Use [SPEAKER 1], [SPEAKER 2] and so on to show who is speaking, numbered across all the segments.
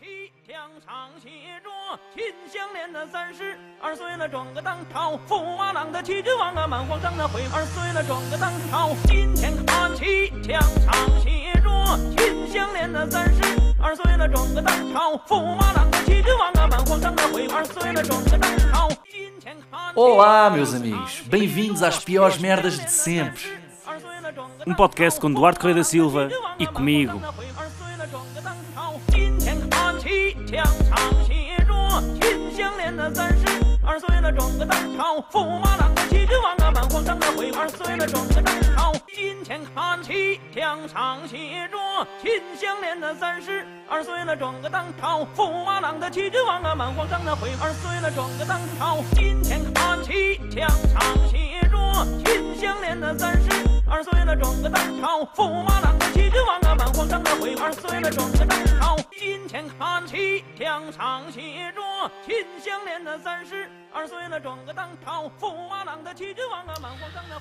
[SPEAKER 1] 墙上写着秦香莲的三十二岁了，转个当朝驸马郎的齐君王啊，满皇上的悔二岁了，转个当朝。今天看齐墙上写着秦香莲的三十二岁了，转个当朝驸马郎的齐君王啊，满皇上的悔二岁了，转个当朝。今天看
[SPEAKER 2] Olá, meus amigos. Bem-vindos às piores merdas de sempre.
[SPEAKER 3] Um podcast com Duarte Correia da Silva e comigo.
[SPEAKER 1] 啊啊啊啊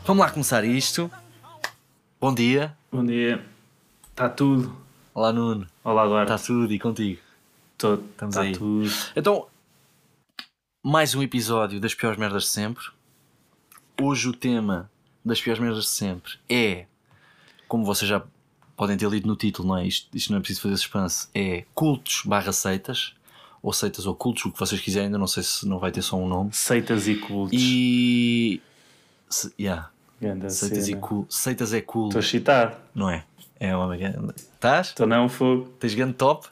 [SPEAKER 2] Vamos lá começar isto. Bom dia.
[SPEAKER 3] Bom dia. Está tudo.
[SPEAKER 2] Olá, Nuno.
[SPEAKER 3] Olá,
[SPEAKER 2] Está
[SPEAKER 3] Duarte.
[SPEAKER 2] tudo e contigo?
[SPEAKER 3] Está
[SPEAKER 2] Tá estamos
[SPEAKER 3] tá
[SPEAKER 2] aí.
[SPEAKER 3] tudo.
[SPEAKER 2] Então, mais um episódio das piores merdas de sempre. Hoje o tema das piores merdas de sempre é, como vocês já podem ter lido no título, não é? Isto, isto não é preciso fazer suspense, é cultos barra seitas, ou seitas ou cultos, o que vocês quiserem, ainda não sei se não vai ter só um nome.
[SPEAKER 3] Seitas e cultos.
[SPEAKER 2] E... Se, yeah,
[SPEAKER 3] Ganda
[SPEAKER 2] seitas, e
[SPEAKER 3] cena.
[SPEAKER 2] cul, seitas é cool,
[SPEAKER 3] Estou excitado.
[SPEAKER 2] não é? É uma... Estás?
[SPEAKER 3] Estou não fogo.
[SPEAKER 2] Tens grande top?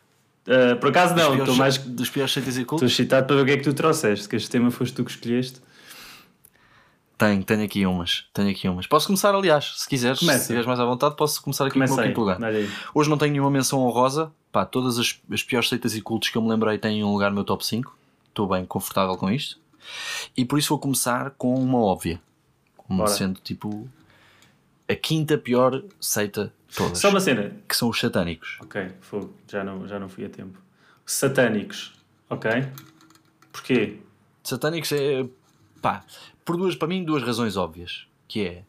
[SPEAKER 3] Ah, por acaso não,
[SPEAKER 2] Piores-
[SPEAKER 3] estou mais.
[SPEAKER 2] Dos piores seitas e cultos?
[SPEAKER 3] Estou excitado para ver o que é que tu trouxeste, que este tema foste tu que escolheste.
[SPEAKER 2] Tenho, tenho aqui umas. Tenho aqui umas. Posso começar, aliás, se quiseres.
[SPEAKER 3] Começa.
[SPEAKER 2] Se estiveres mais à vontade, posso começar aqui
[SPEAKER 3] Começa
[SPEAKER 2] com o meu
[SPEAKER 3] aí.
[SPEAKER 2] quinto lugar.
[SPEAKER 3] Olha aí.
[SPEAKER 2] Hoje não tenho nenhuma menção honrosa. Pá, todas as, as piores seitas e cultos que eu me lembrei têm um lugar no meu top 5. Estou bem confortável com isto. E por isso vou começar com uma óbvia. Como
[SPEAKER 3] Bora.
[SPEAKER 2] sendo tipo a quinta pior seita de todas.
[SPEAKER 3] Só uma cena.
[SPEAKER 2] Que são os satânicos.
[SPEAKER 3] Ok, fogo. Já não, já não fui a tempo. Satânicos. Ok. Porquê?
[SPEAKER 2] Satânicos é. pá, por duas, para mim, duas razões óbvias. Que é.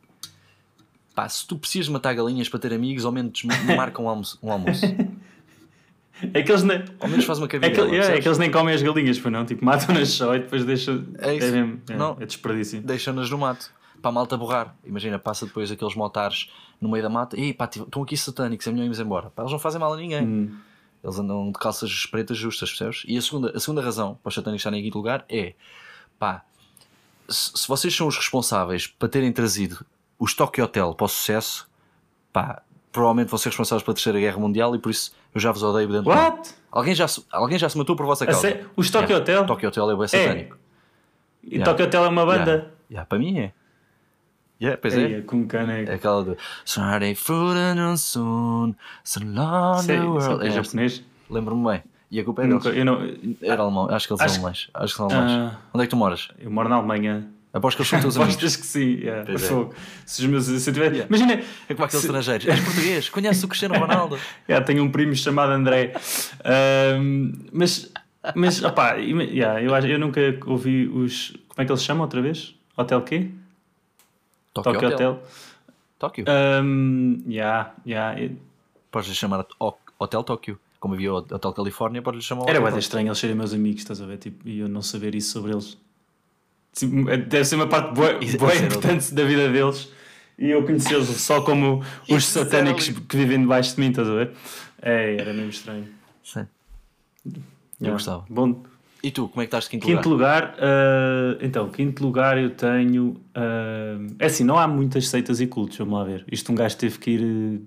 [SPEAKER 2] pá, se tu precisas matar galinhas para ter amigos, ao menos marca um almoço. Um almoço.
[SPEAKER 3] É que eles nem.
[SPEAKER 2] Ao menos faz uma
[SPEAKER 3] É
[SPEAKER 2] cavidela.
[SPEAKER 3] que, é,
[SPEAKER 2] percebes?
[SPEAKER 3] é que eles nem comem as galinhas, pois não? Tipo, matam-nas só e depois deixam.
[SPEAKER 2] É isso.
[SPEAKER 3] devem- é,
[SPEAKER 2] Não.
[SPEAKER 3] é desperdício.
[SPEAKER 2] Deixam-nas no mato. Para a malta borrar. Imagina, passa depois aqueles motares no meio da mata. Ei, pá, tive- estão aqui satânicos, é melhor irmos embora. Pá, eles não fazem mal a ninguém.
[SPEAKER 3] Hum.
[SPEAKER 2] Eles andam de calças pretas justas, percebes? E a segunda, a segunda razão para os satânicos estarem em quinto lugar é pá, se, se vocês são os responsáveis para terem trazido os Tokyo Hotel para o sucesso, pá, provavelmente vão ser responsáveis pela Terceira Guerra Mundial e por isso eu já vos odeio dentro de mim.
[SPEAKER 3] What?
[SPEAKER 2] Alguém já, se- alguém já se matou por vossa
[SPEAKER 3] A
[SPEAKER 2] causa.
[SPEAKER 3] sé- Os Tokyo
[SPEAKER 2] Yeah.
[SPEAKER 3] Hotel?
[SPEAKER 2] Tokyo Hotel é o satânico.
[SPEAKER 3] E
[SPEAKER 2] Yeah.
[SPEAKER 3] Tokyo Hotel é uma banda.
[SPEAKER 2] Yeah. Yeah, para mim é. Yeah, pois é.
[SPEAKER 3] Eia, com caneco.
[SPEAKER 2] É aquela do Sunday Fruit and Soon, so long
[SPEAKER 3] Sei,
[SPEAKER 2] the
[SPEAKER 3] sei
[SPEAKER 2] world.
[SPEAKER 3] que é
[SPEAKER 2] É,
[SPEAKER 3] japonês.
[SPEAKER 2] Lembro-me bem. E a culpa é deles.
[SPEAKER 3] Nunca, eu, não,
[SPEAKER 2] Era alemão, acho que eles
[SPEAKER 3] Acho-
[SPEAKER 2] são alemães. Acho que são alemães.
[SPEAKER 3] Ah,
[SPEAKER 2] Onde é que tu moras?
[SPEAKER 3] eu moro na Alemanha.
[SPEAKER 2] Aposto que eles são teus amigos.
[SPEAKER 3] Apostas que sim. yeah,
[SPEAKER 2] Pois é.
[SPEAKER 3] fogo. Se os meus. Se eu tiver,
[SPEAKER 2] Yeah.
[SPEAKER 3] Imagina.
[SPEAKER 2] É como aqueles
[SPEAKER 3] se-
[SPEAKER 2] estrangeiros. És português, conheces o Cristiano Ronaldo.
[SPEAKER 3] Yeah, tenho um primo chamado André. Ahm, mas, mas opá, ima- yeah, eu, acho- eu nunca ouvi os. Como é que eles chamam outra vez? Hotel quê?
[SPEAKER 2] Tóquio,
[SPEAKER 3] Tokyo
[SPEAKER 2] Hotel.
[SPEAKER 3] Hotel. Ah.
[SPEAKER 2] Tóquio.
[SPEAKER 3] Ahm, yeah, yeah, eu-
[SPEAKER 2] Podes lhe chamar Ho- Hotel Tóquio. Como havia o Hotel Califórnia, podes lhe chamar
[SPEAKER 3] Era
[SPEAKER 2] Hotel
[SPEAKER 3] bem
[SPEAKER 2] Tóquio.
[SPEAKER 3] estranho eles serem meus amigos, estás a ver? Tipo, e eu não saber isso sobre eles. Tipo, Deve ser uma parte boa,
[SPEAKER 2] Isso-
[SPEAKER 3] boa
[SPEAKER 2] isso era
[SPEAKER 3] importante da vida deles. E eu conhecê-los só como os
[SPEAKER 2] Isso era
[SPEAKER 3] satânicos que vivem debaixo de mim, estás a ver? É, era mesmo estranho.
[SPEAKER 2] Sim.
[SPEAKER 3] Yeah.
[SPEAKER 2] gostava.
[SPEAKER 3] Bom,
[SPEAKER 2] E tu, como é que estás de quinto,
[SPEAKER 3] quinto
[SPEAKER 2] lugar?
[SPEAKER 3] lugar, ah, então, quinto lugar eu tenho. ah, é assim, não há muitas seitas e cultos, vamos lá ver. Isto um gajo teve que ir.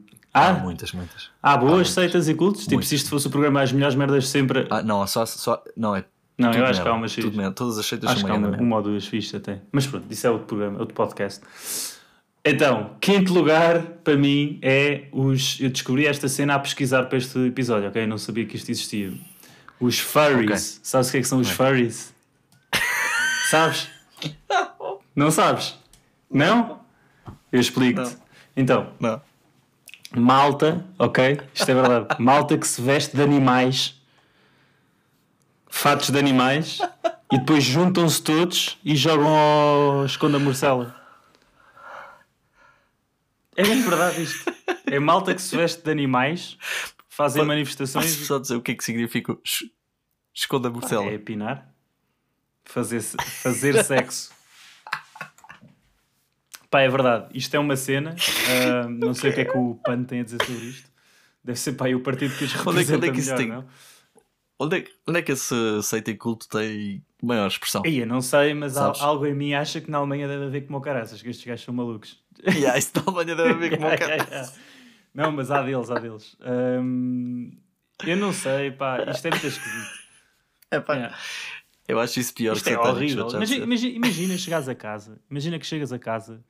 [SPEAKER 3] eh,
[SPEAKER 2] Há
[SPEAKER 3] Ah,
[SPEAKER 2] muitas, muitas.
[SPEAKER 3] há boas seitas e cultos? Tipo,
[SPEAKER 2] Muitas.
[SPEAKER 3] se isto fosse o programa As Melhores Merdas de Sempre.
[SPEAKER 2] Ah, não, só, só, não é.
[SPEAKER 3] não, eu
[SPEAKER 2] tudo
[SPEAKER 3] acho que há
[SPEAKER 2] merda,
[SPEAKER 3] umas
[SPEAKER 2] tudo
[SPEAKER 3] X.
[SPEAKER 2] merda. Todas as seitas
[SPEAKER 3] Acho
[SPEAKER 2] são
[SPEAKER 3] que há
[SPEAKER 2] uma
[SPEAKER 3] uma, um
[SPEAKER 2] grande merda.
[SPEAKER 3] uma ou duas fichas até. Mas pronto, isso é outro programa, outro podcast. Então, quinto lugar para mim é os. Eu descobri esta cena a pesquisar para este episódio, ok? Eu não sabia que isto existia. Os furries.
[SPEAKER 2] Ok.
[SPEAKER 3] Sabes o que é que são os furries? sabes? Não sabes? Não? Eu explico-te. Então,
[SPEAKER 2] Não.
[SPEAKER 3] malta, ok? Isto é verdade. malta que se veste de animais, fatos de animais, e depois juntam-se todos e jogam ao esconda-morcela. É mesmo verdade isto. É malta que se veste de animais, fazem manifestações.
[SPEAKER 2] Posso só dizer o que é que significa o sh- Esconda a morcela.
[SPEAKER 3] É pinar. Fazer, se- fazer sexo. Pá, é verdade. Isto é uma cena. ah, não sei o que é que o PAN tem a dizer sobre isto. Deve ser, pá, aí o partido que os
[SPEAKER 2] Onde é que-
[SPEAKER 3] representa
[SPEAKER 2] onde é que isso
[SPEAKER 3] melhor,
[SPEAKER 2] tem-
[SPEAKER 3] não?
[SPEAKER 2] Onde, é, que- onde é que esse seita e culto tem maior expressão?
[SPEAKER 3] Aí, eu não sei, mas al-
[SPEAKER 2] Sabes?
[SPEAKER 3] algo em mim acha que na Alemanha deve haver como o caraças, que estes gajos são malucos.
[SPEAKER 2] yeah, isso da Alemanha deve haver como um
[SPEAKER 3] Yeah, yeah,
[SPEAKER 2] cara.
[SPEAKER 3] yeah. Não, mas há deles, há deles. Hum, eu não sei, pá, isto é muito esquisito.
[SPEAKER 2] Epá,
[SPEAKER 3] Yeah.
[SPEAKER 2] Eu acho isso pior
[SPEAKER 3] Isto
[SPEAKER 2] que
[SPEAKER 3] é
[SPEAKER 2] satánicos,
[SPEAKER 3] horrível.
[SPEAKER 2] vou-te já
[SPEAKER 3] Mas
[SPEAKER 2] dizer.
[SPEAKER 3] imagina, imagina chegares a casa, imagina que chegas a casa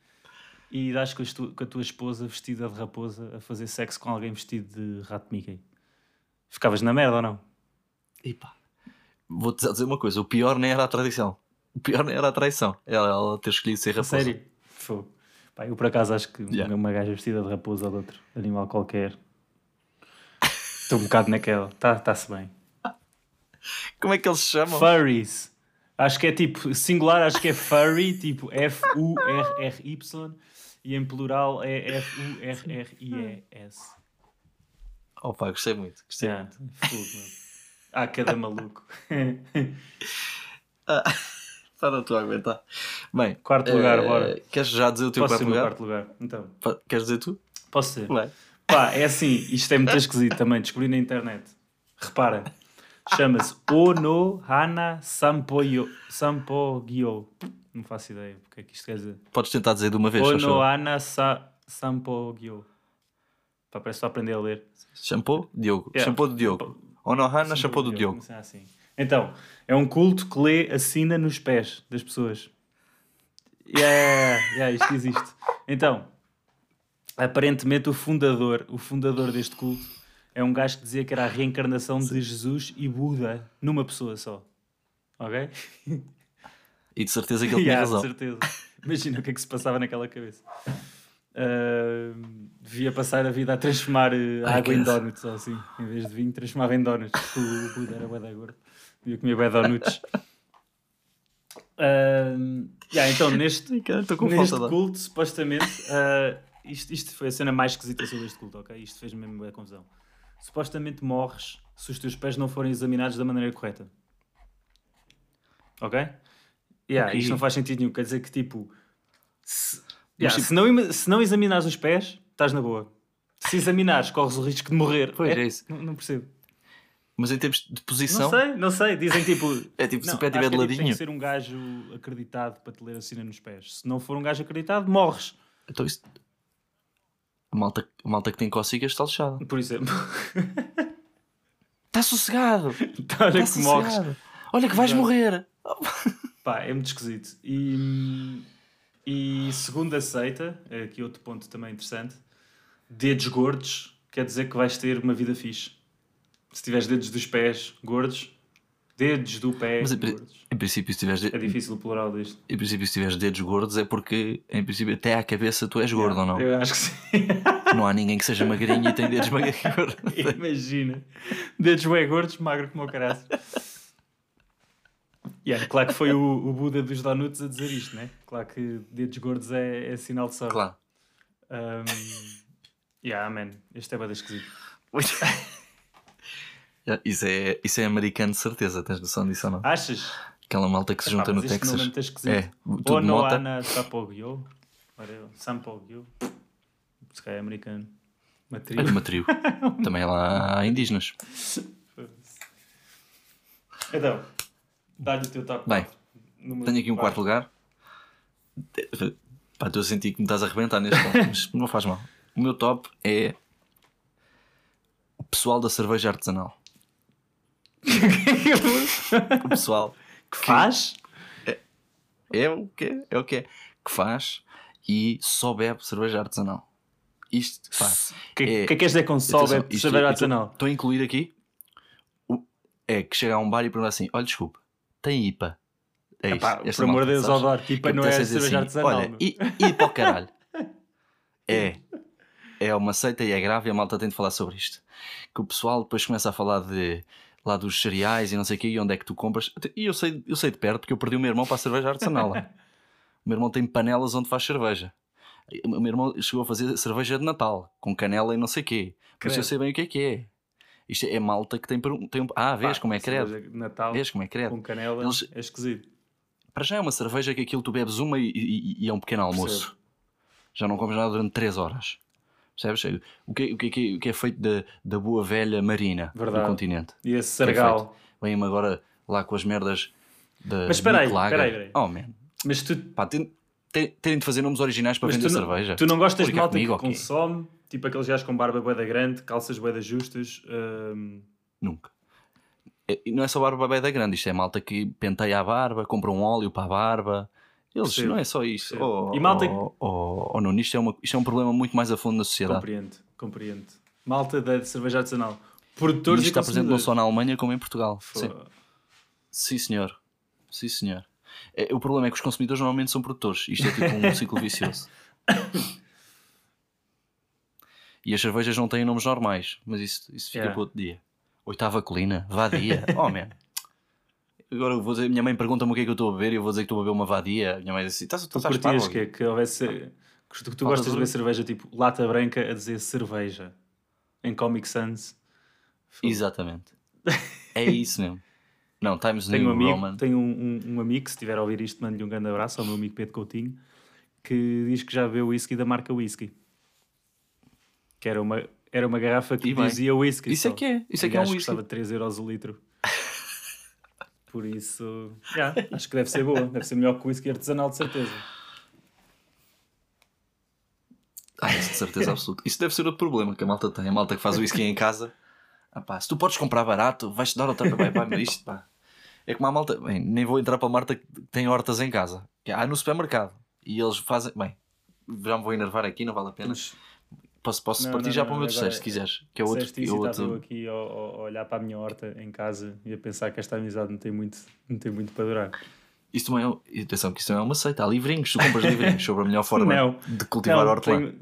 [SPEAKER 3] e dás com, as tu- com a tua esposa vestida de raposa a fazer sexo com alguém vestido de rato Mickey. Ficavas na merda ou não?
[SPEAKER 2] Epá. Vou-te já dizer uma coisa: o pior nem era a tradição. O pior nem era a traição. Ela, ela ter escolhido ser
[SPEAKER 3] A
[SPEAKER 2] raposa.
[SPEAKER 3] sério? Fogo. Pá, eu por acaso acho que
[SPEAKER 2] Yeah.
[SPEAKER 3] uma gaja vestida de raposa ou de outro animal qualquer. Estou um bocado naquela. Está-se bem.
[SPEAKER 2] Como é que eles se chamam?
[SPEAKER 3] Furries. Acho que é tipo singular, acho que é furry, tipo F-U-R-R-Y e em plural é F-U-R-R-I-E-S.
[SPEAKER 2] Oh, pá, gostei muito. Gostei
[SPEAKER 3] Yeah. Fogo, meu. Há cada maluco.
[SPEAKER 2] Para tu aguentar. Bem,
[SPEAKER 3] Quarto
[SPEAKER 2] eh,
[SPEAKER 3] lugar, bora.
[SPEAKER 2] Queres já dizer o teu quarto
[SPEAKER 3] Posso ser o meu
[SPEAKER 2] lugar?
[SPEAKER 3] quarto lugar? Então,
[SPEAKER 2] Pa- Queres dizer tu?
[SPEAKER 3] posso ser.
[SPEAKER 2] Vai.
[SPEAKER 3] Pá, é assim, isto é muito esquisito também, descobri na internet. Repara, chama-se Ono Hana Sampoyo. Sampogyo. Não faço ideia o que é que isto quer dizer.
[SPEAKER 2] Podes tentar dizer de uma vez. faz
[SPEAKER 3] Ono
[SPEAKER 2] favor.
[SPEAKER 3] Hana Sa Sampogyo. Pá, parece que estou a aprender a ler.
[SPEAKER 2] Shampoo? Diogo.
[SPEAKER 3] Yeah.
[SPEAKER 2] Shampoo do Diogo. Onohana, shampoo é do Diogo.
[SPEAKER 3] Não sei Assim. Então, é um culto que lê a sina nos pés das pessoas. Yeah, yeah, isto existe. Então, aparentemente o fundador, o fundador deste culto é um gajo que dizia que era a reencarnação de Jesus e Buda numa pessoa só. Ok?
[SPEAKER 2] E de certeza que ele tinha
[SPEAKER 3] Yeah, de
[SPEAKER 2] razão.
[SPEAKER 3] certeza. Imagina o que é que se passava naquela cabeça. Ah, devia passar a vida a transformar eh,
[SPEAKER 2] Ai,
[SPEAKER 3] água em
[SPEAKER 2] credo.
[SPEAKER 3] donuts ou assim. Em vez de vinho, transformava em donuts. porque O Buda era bué da gordo. Devia comer bué donuts. Ah, yeah, então, neste,
[SPEAKER 2] Ai, caralho, Estou com
[SPEAKER 3] neste
[SPEAKER 2] falta de ar.
[SPEAKER 3] culto, supostamente, ah, isto, isto foi a cena mais esquisita sobre este culto, ok? Isto fez-me mesmo a confusão. Supostamente morres se os teus pés não forem examinados da maneira correta. Ok? Yeah,
[SPEAKER 2] Ok.
[SPEAKER 3] Isto não faz sentido nenhum. Quer dizer que, tipo, se, yeah,
[SPEAKER 2] tipo-
[SPEAKER 3] se, não, ima- se não examinares os pés, estás na boa. Se examinares, corres o risco de morrer.
[SPEAKER 2] Pois, é isso.
[SPEAKER 3] Não, não percebo.
[SPEAKER 2] Mas em termos de posição,
[SPEAKER 3] Não sei, não sei. Dizem tipo.
[SPEAKER 2] É tipo, se
[SPEAKER 3] não,
[SPEAKER 2] o pé
[SPEAKER 3] acho
[SPEAKER 2] tiver de
[SPEAKER 3] que é tipo, Tem
[SPEAKER 2] ladinho.
[SPEAKER 3] que ser um gajo acreditado para te ler a cena nos pés. Se não for um gajo acreditado, morres.
[SPEAKER 2] então isso. A malta, a malta que tem cócegas está lixada.
[SPEAKER 3] Por exemplo.
[SPEAKER 2] Está sossegado!
[SPEAKER 3] Então, Olha
[SPEAKER 2] Está
[SPEAKER 3] que morres.
[SPEAKER 2] sossegado! Olha que vais
[SPEAKER 3] Exato.
[SPEAKER 2] morrer!
[SPEAKER 3] Pá, é muito esquisito. E, e segundo a seita, eh, aqui outro ponto também interessante: dedos gordos quer dizer que vais ter uma vida fixe. Se tiveres dedos dos pés gordos, dedos do pé
[SPEAKER 2] Mas em, pri-
[SPEAKER 3] gordos.
[SPEAKER 2] em princípio, se tiveres, de-
[SPEAKER 3] É difícil o plural disto.
[SPEAKER 2] em princípio, se tiveres dedos gordos, é porque, em princípio, até à cabeça tu és gordo ou não?
[SPEAKER 3] Eu acho que sim.
[SPEAKER 2] Não há ninguém que seja magrinho e tem dedos magrinhos.
[SPEAKER 3] Imagina. Dedos bem gordos, magro como o caraças. Yeah, claro que foi o, o Buda dos Donuts a dizer isto, né? Claro que dedos gordos é, é sinal de sorte.
[SPEAKER 2] Claro.
[SPEAKER 3] Um, yeah, man. Este é bada esquisito.
[SPEAKER 2] Isso é, isso é americano de certeza, tens noção disso ou não?
[SPEAKER 3] Achas?
[SPEAKER 2] Aquela malta que se junta
[SPEAKER 3] Epá, mas
[SPEAKER 2] no
[SPEAKER 3] este
[SPEAKER 2] Texas.
[SPEAKER 3] nome é muito esquisito.
[SPEAKER 2] É, tudo
[SPEAKER 3] Ou
[SPEAKER 2] de
[SPEAKER 3] no
[SPEAKER 2] mota.
[SPEAKER 3] Ana Sapogyo. Ora eu, Sampogyo. Se calhar é americano. Uma tribo.
[SPEAKER 2] Olha, uma tribo. Também lá há indígenas.
[SPEAKER 3] Então, dá-lhe o teu top.
[SPEAKER 2] Bem,
[SPEAKER 3] número-
[SPEAKER 2] Tenho aqui um
[SPEAKER 3] vá.
[SPEAKER 2] quarto lugar. Pá, estou a sentir que me estás a arrebentar neste top, mas não faz mal. O meu top é o pessoal da cerveja artesanal. O pessoal
[SPEAKER 3] que faz?
[SPEAKER 2] é o que é, é o que é, que faz e só bebe cerveja artesanal. Isto faz.
[SPEAKER 3] O que,
[SPEAKER 2] É-
[SPEAKER 3] que é que queres dizer com sol é saber artesanal?
[SPEAKER 2] Estou a incluir aqui o- é que chega a um bar e pergunta assim: olha, desculpa, tem IPA. É isto.
[SPEAKER 3] Epá,
[SPEAKER 2] Esta
[SPEAKER 3] por
[SPEAKER 2] malta,
[SPEAKER 3] amor de Deus,
[SPEAKER 2] sabes?
[SPEAKER 3] Odor, que IPA não é
[SPEAKER 2] Apetece dizer
[SPEAKER 3] cerveja
[SPEAKER 2] assim,
[SPEAKER 3] artesanal.
[SPEAKER 2] Olha,
[SPEAKER 3] meu.
[SPEAKER 2] e, e para o caralho. É. É uma seita e é grave e a malta tem de falar sobre isto. Que o pessoal depois começa a falar de lá dos cereais e não sei o quê e onde é que tu compras. Até- E eu sei, eu sei de perto porque eu perdi o meu irmão para a cerveja artesanal. lá. o meu irmão tem panelas onde faz cerveja. O meu irmão chegou a fazer cerveja de Natal com canela e não sei o quê. Mas eu
[SPEAKER 3] Credo.
[SPEAKER 2] sei bem o que é que é. Isto é malta que tem, per- tem um. Ah, vês como é credo.
[SPEAKER 3] cerveja de Natal
[SPEAKER 2] Vês como é credo.
[SPEAKER 3] com canela
[SPEAKER 2] Eles-
[SPEAKER 3] é esquisito.
[SPEAKER 2] Para já é uma cerveja que aquilo tu bebes uma e, e- e é um pequeno almoço.
[SPEAKER 3] Percebo.
[SPEAKER 2] Já não comes nada durante 3 horas. Percebes? O que, o que- o que- o que é feito da, da boa velha marina
[SPEAKER 3] Verdade.
[SPEAKER 2] do continente.
[SPEAKER 3] E esse sargal.
[SPEAKER 2] Vem-me agora lá com as merdas da.
[SPEAKER 3] Mas espera aí,
[SPEAKER 2] Nick Lager.
[SPEAKER 3] espera aí, espera aí.
[SPEAKER 2] Oh, man.
[SPEAKER 3] Mas tu,
[SPEAKER 2] Pá, tem- tem- terem de fazer nomes originais para
[SPEAKER 3] mas
[SPEAKER 2] vender
[SPEAKER 3] tu, não-
[SPEAKER 2] cerveja.
[SPEAKER 3] tu não gostas de
[SPEAKER 2] Liga
[SPEAKER 3] malta
[SPEAKER 2] comigo,
[SPEAKER 3] que
[SPEAKER 2] ok.
[SPEAKER 3] consome, tipo aqueles gajos com barba boeda grande, calças boeda justas. hum,
[SPEAKER 2] Nunca. É- e não é só barba bem da grande, isto é malta que penteia a barba, compra um óleo para a barba. Eles
[SPEAKER 3] Percebo,
[SPEAKER 2] não é só isso.
[SPEAKER 3] percebo.
[SPEAKER 2] Oh,
[SPEAKER 3] E malta que-
[SPEAKER 2] oh, oh, oh, Nuno, isto é, uma, isto é um problema muito mais a fundo na sociedade.
[SPEAKER 3] compreendo, compreendo. Malta da cerveja artesanal.
[SPEAKER 2] E
[SPEAKER 3] Produtores
[SPEAKER 2] isto está
[SPEAKER 3] e
[SPEAKER 2] presente não
[SPEAKER 3] consumidores.
[SPEAKER 2] só na Alemanha como em Portugal. Sim.
[SPEAKER 3] Fô,
[SPEAKER 2] Sim, senhor. Sim, senhor. É, o problema é que os consumidores normalmente são produtores. Isto é tipo um ciclo vicioso. E as cervejas não têm nomes normais, mas isso, isso fica
[SPEAKER 3] Yeah.
[SPEAKER 2] para outro dia. Oitava colina, vadia. Oh, man. Agora eu vou dizer, minha mãe pergunta-me o que é que eu estou a beber e eu vou dizer que estou a beber uma vadia. Minha mãe diz assim: estás,
[SPEAKER 3] Tu
[SPEAKER 2] estás
[SPEAKER 3] curtias
[SPEAKER 2] parvo?"
[SPEAKER 3] que, é que houvesse. Que tu, tu
[SPEAKER 2] Falta
[SPEAKER 3] gostas de
[SPEAKER 2] de-
[SPEAKER 3] ver cerveja tipo lata branca a dizer cerveja em Comic Sans.
[SPEAKER 2] Exatamente. É isso mesmo. Não, Times
[SPEAKER 3] Tenho
[SPEAKER 2] New
[SPEAKER 3] um amigo,
[SPEAKER 2] Hum, Roman.
[SPEAKER 3] tenho um, um- um amigo, se estiver a ouvir isto, mando-lhe um grande abraço ao meu amigo Pedro Coutinho, que diz que já bebeu whisky da marca whisky. Que era uma, era uma garrafa que
[SPEAKER 2] E bem.
[SPEAKER 3] dizia whisky.
[SPEAKER 2] Isso é que é, isso é que é um whisky.
[SPEAKER 3] Estava 3 euros o litro. Por isso, já, acho que deve ser boa. Deve ser melhor que o whisky artesanal, de certeza.
[SPEAKER 2] Ah, isso de certeza absoluta. Isso deve ser outro problema que a malta tem. A malta que faz o whisky em casa. Ah, pá, se tu podes comprar barato, vais-te dar outra pá, pá, mas isto, pá. É como a malta. Bem, nem vou entrar para a Marta que tem hortas em casa. Que há no supermercado. E eles fazem. Bem, já me vou enervar aqui, não vale a pena. Posso, posso
[SPEAKER 3] Não,
[SPEAKER 2] partir
[SPEAKER 3] não,
[SPEAKER 2] já
[SPEAKER 3] não,
[SPEAKER 2] para o meu
[SPEAKER 3] agora
[SPEAKER 2] terceiro, se
[SPEAKER 3] é-
[SPEAKER 2] quiseres. Que é outro.
[SPEAKER 3] Disseste
[SPEAKER 2] é
[SPEAKER 3] isso e estava eu
[SPEAKER 2] outro...
[SPEAKER 3] aqui a, a- a olhar para a minha horta em casa e a pensar que esta amizade não tem muito, não tem muito para durar.
[SPEAKER 2] Isto também é. um- e Atenção, que isto também é uma seita. Há livrinhos. Tu compras livrinhos sobre a melhor forma
[SPEAKER 3] Não.
[SPEAKER 2] de cultivar
[SPEAKER 3] Não,
[SPEAKER 2] hortelã.
[SPEAKER 3] tenho-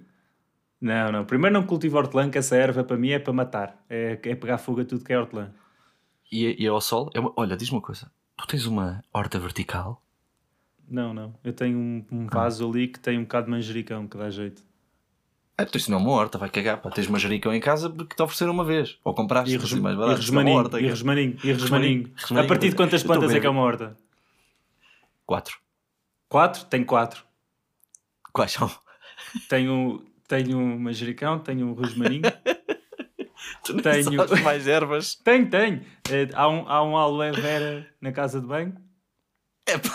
[SPEAKER 3] Não, não. Primeiro não cultivo hortelã, que essa erva para mim é para matar. É, é pegar fogo a tudo que é hortelã.
[SPEAKER 2] E, é- e é ao sol. É uma- Olha, diz-me uma coisa. Tu tens uma horta vertical?
[SPEAKER 3] Não, não. Eu tenho um, um vaso ali que tem um bocado de manjericão, que dá jeito.
[SPEAKER 2] Ah, tu isso não é uma horta, vai cagar. Pá, tens manjericão em casa porque te ofereceram uma vez. Ou compraste,
[SPEAKER 3] E
[SPEAKER 2] assim,
[SPEAKER 3] resmaninho,
[SPEAKER 2] mais
[SPEAKER 3] e
[SPEAKER 2] barato. Isto é uma
[SPEAKER 3] resmaninho,
[SPEAKER 2] horta.
[SPEAKER 3] e resmaninho, e resmaninho.
[SPEAKER 2] resmaninho.
[SPEAKER 3] A partir de quantas
[SPEAKER 2] Eu estou
[SPEAKER 3] plantas é
[SPEAKER 2] bem.
[SPEAKER 3] que é uma horta?
[SPEAKER 2] Quatro.
[SPEAKER 3] Quatro? Tenho quatro.
[SPEAKER 2] Quais são?
[SPEAKER 3] Tenho, tenho um manjericão, tenho um resmaninho.
[SPEAKER 2] Tu nem
[SPEAKER 3] Tenho.
[SPEAKER 2] sabes mais ervas.
[SPEAKER 3] tenho, tenho. Eh, há, um, há um aloe vera na casa de banho.
[SPEAKER 2] Epá.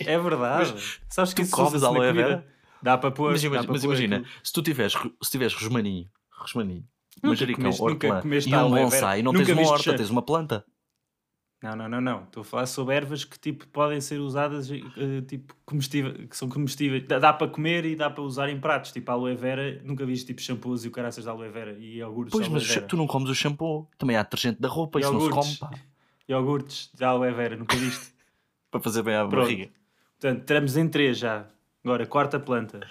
[SPEAKER 3] É verdade. Sabes que
[SPEAKER 2] tu
[SPEAKER 3] isso
[SPEAKER 2] comes
[SPEAKER 3] usa-se na
[SPEAKER 2] aloe
[SPEAKER 3] comida?
[SPEAKER 2] vera?
[SPEAKER 3] Dá para pôr.
[SPEAKER 2] Mas
[SPEAKER 3] dá
[SPEAKER 2] imagina,
[SPEAKER 3] para
[SPEAKER 2] mas
[SPEAKER 3] pôr
[SPEAKER 2] imagina,
[SPEAKER 3] aquilo.
[SPEAKER 2] se tu tiveres, se tiveres resmaninho, resmaninho,
[SPEAKER 3] Nunca
[SPEAKER 2] manjericão,
[SPEAKER 3] comeste- nunca
[SPEAKER 2] hortelã
[SPEAKER 3] comeste
[SPEAKER 2] e um
[SPEAKER 3] aloe vera.
[SPEAKER 2] bonsai, não
[SPEAKER 3] Nunca
[SPEAKER 2] tens uma
[SPEAKER 3] viste
[SPEAKER 2] horta,
[SPEAKER 3] cheiro.
[SPEAKER 2] tens uma planta.
[SPEAKER 3] Não, não, não, não. Estou a falar sobre ervas que tipo podem ser usadas eh, tipo comestíveis, que são comestíveis. Dá, dá para comer e dá para usar em pratos, tipo a aloe vera. Nunca viste tipo shampoos e o caraças da aloe vera e iogurtes
[SPEAKER 2] Pois,
[SPEAKER 3] de
[SPEAKER 2] mas
[SPEAKER 3] aloe
[SPEAKER 2] o
[SPEAKER 3] vera.
[SPEAKER 2] shampoo- tu não comes o shampoo. Também há detergente da roupa, isso não se come,
[SPEAKER 3] Iogurtes.
[SPEAKER 2] pá.
[SPEAKER 3] Iogurtes de aloe vera, nunca viste.
[SPEAKER 2] Para fazer bem à
[SPEAKER 3] Pronto.
[SPEAKER 2] barriga.
[SPEAKER 3] Portanto, estamos em três já. Agora, quarta planta.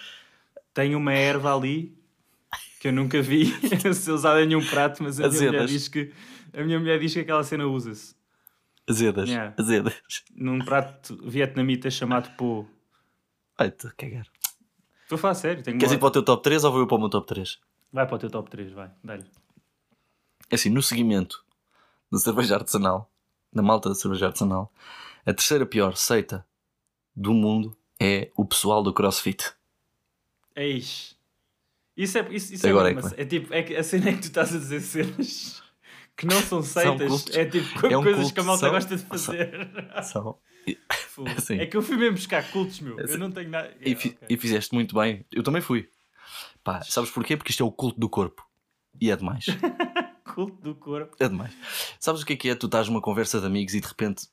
[SPEAKER 3] Tem uma erva ali que eu nunca vi ser usada em nenhum prato, mas a minha, mulher
[SPEAKER 2] Azedas.
[SPEAKER 3] diz que, a minha mulher diz que aquela cena usa-se.
[SPEAKER 2] Azedas,
[SPEAKER 3] Yeah.
[SPEAKER 2] azedas.
[SPEAKER 3] num prato vietnamita chamado Po.
[SPEAKER 2] Vai-te cagar.
[SPEAKER 3] Estou a falar sério, tenho
[SPEAKER 2] Queres
[SPEAKER 3] uma-
[SPEAKER 2] ir para o teu top 3 ou vou eu para o meu top 3?
[SPEAKER 3] Vai para o teu top 3, vai, dá-lhe.
[SPEAKER 2] É assim, no seguimento da cerveja artesanal, da malta da cerveja artesanal, a terceira pior seita do mundo é o pessoal do crossfit.
[SPEAKER 3] Eis. É Isso é, isso, isso
[SPEAKER 2] Agora
[SPEAKER 3] é,
[SPEAKER 2] é
[SPEAKER 3] mesmo,
[SPEAKER 2] que
[SPEAKER 3] é tipo, é que a cena é que tu estás a dizer cenas que não são seitas,
[SPEAKER 2] cultos.
[SPEAKER 3] é tipo co-
[SPEAKER 2] É um
[SPEAKER 3] coisas
[SPEAKER 2] culto,
[SPEAKER 3] que a malta
[SPEAKER 2] são-
[SPEAKER 3] gosta de fazer.
[SPEAKER 2] São- E,
[SPEAKER 3] Fogo.
[SPEAKER 2] assim.
[SPEAKER 3] É que eu fui mesmo buscar cultos, meu. Eu
[SPEAKER 2] Assim.
[SPEAKER 3] não tenho nada.
[SPEAKER 2] e
[SPEAKER 3] Yeah,
[SPEAKER 2] fi-
[SPEAKER 3] ok.
[SPEAKER 2] e fizeste muito bem. Eu também fui. Pá, sabes porquê? Porque isto é o culto do corpo. E é demais.
[SPEAKER 3] Culto do corpo.
[SPEAKER 2] É demais. Sabes o que é que é? Tu estás numa conversa de amigos e de repente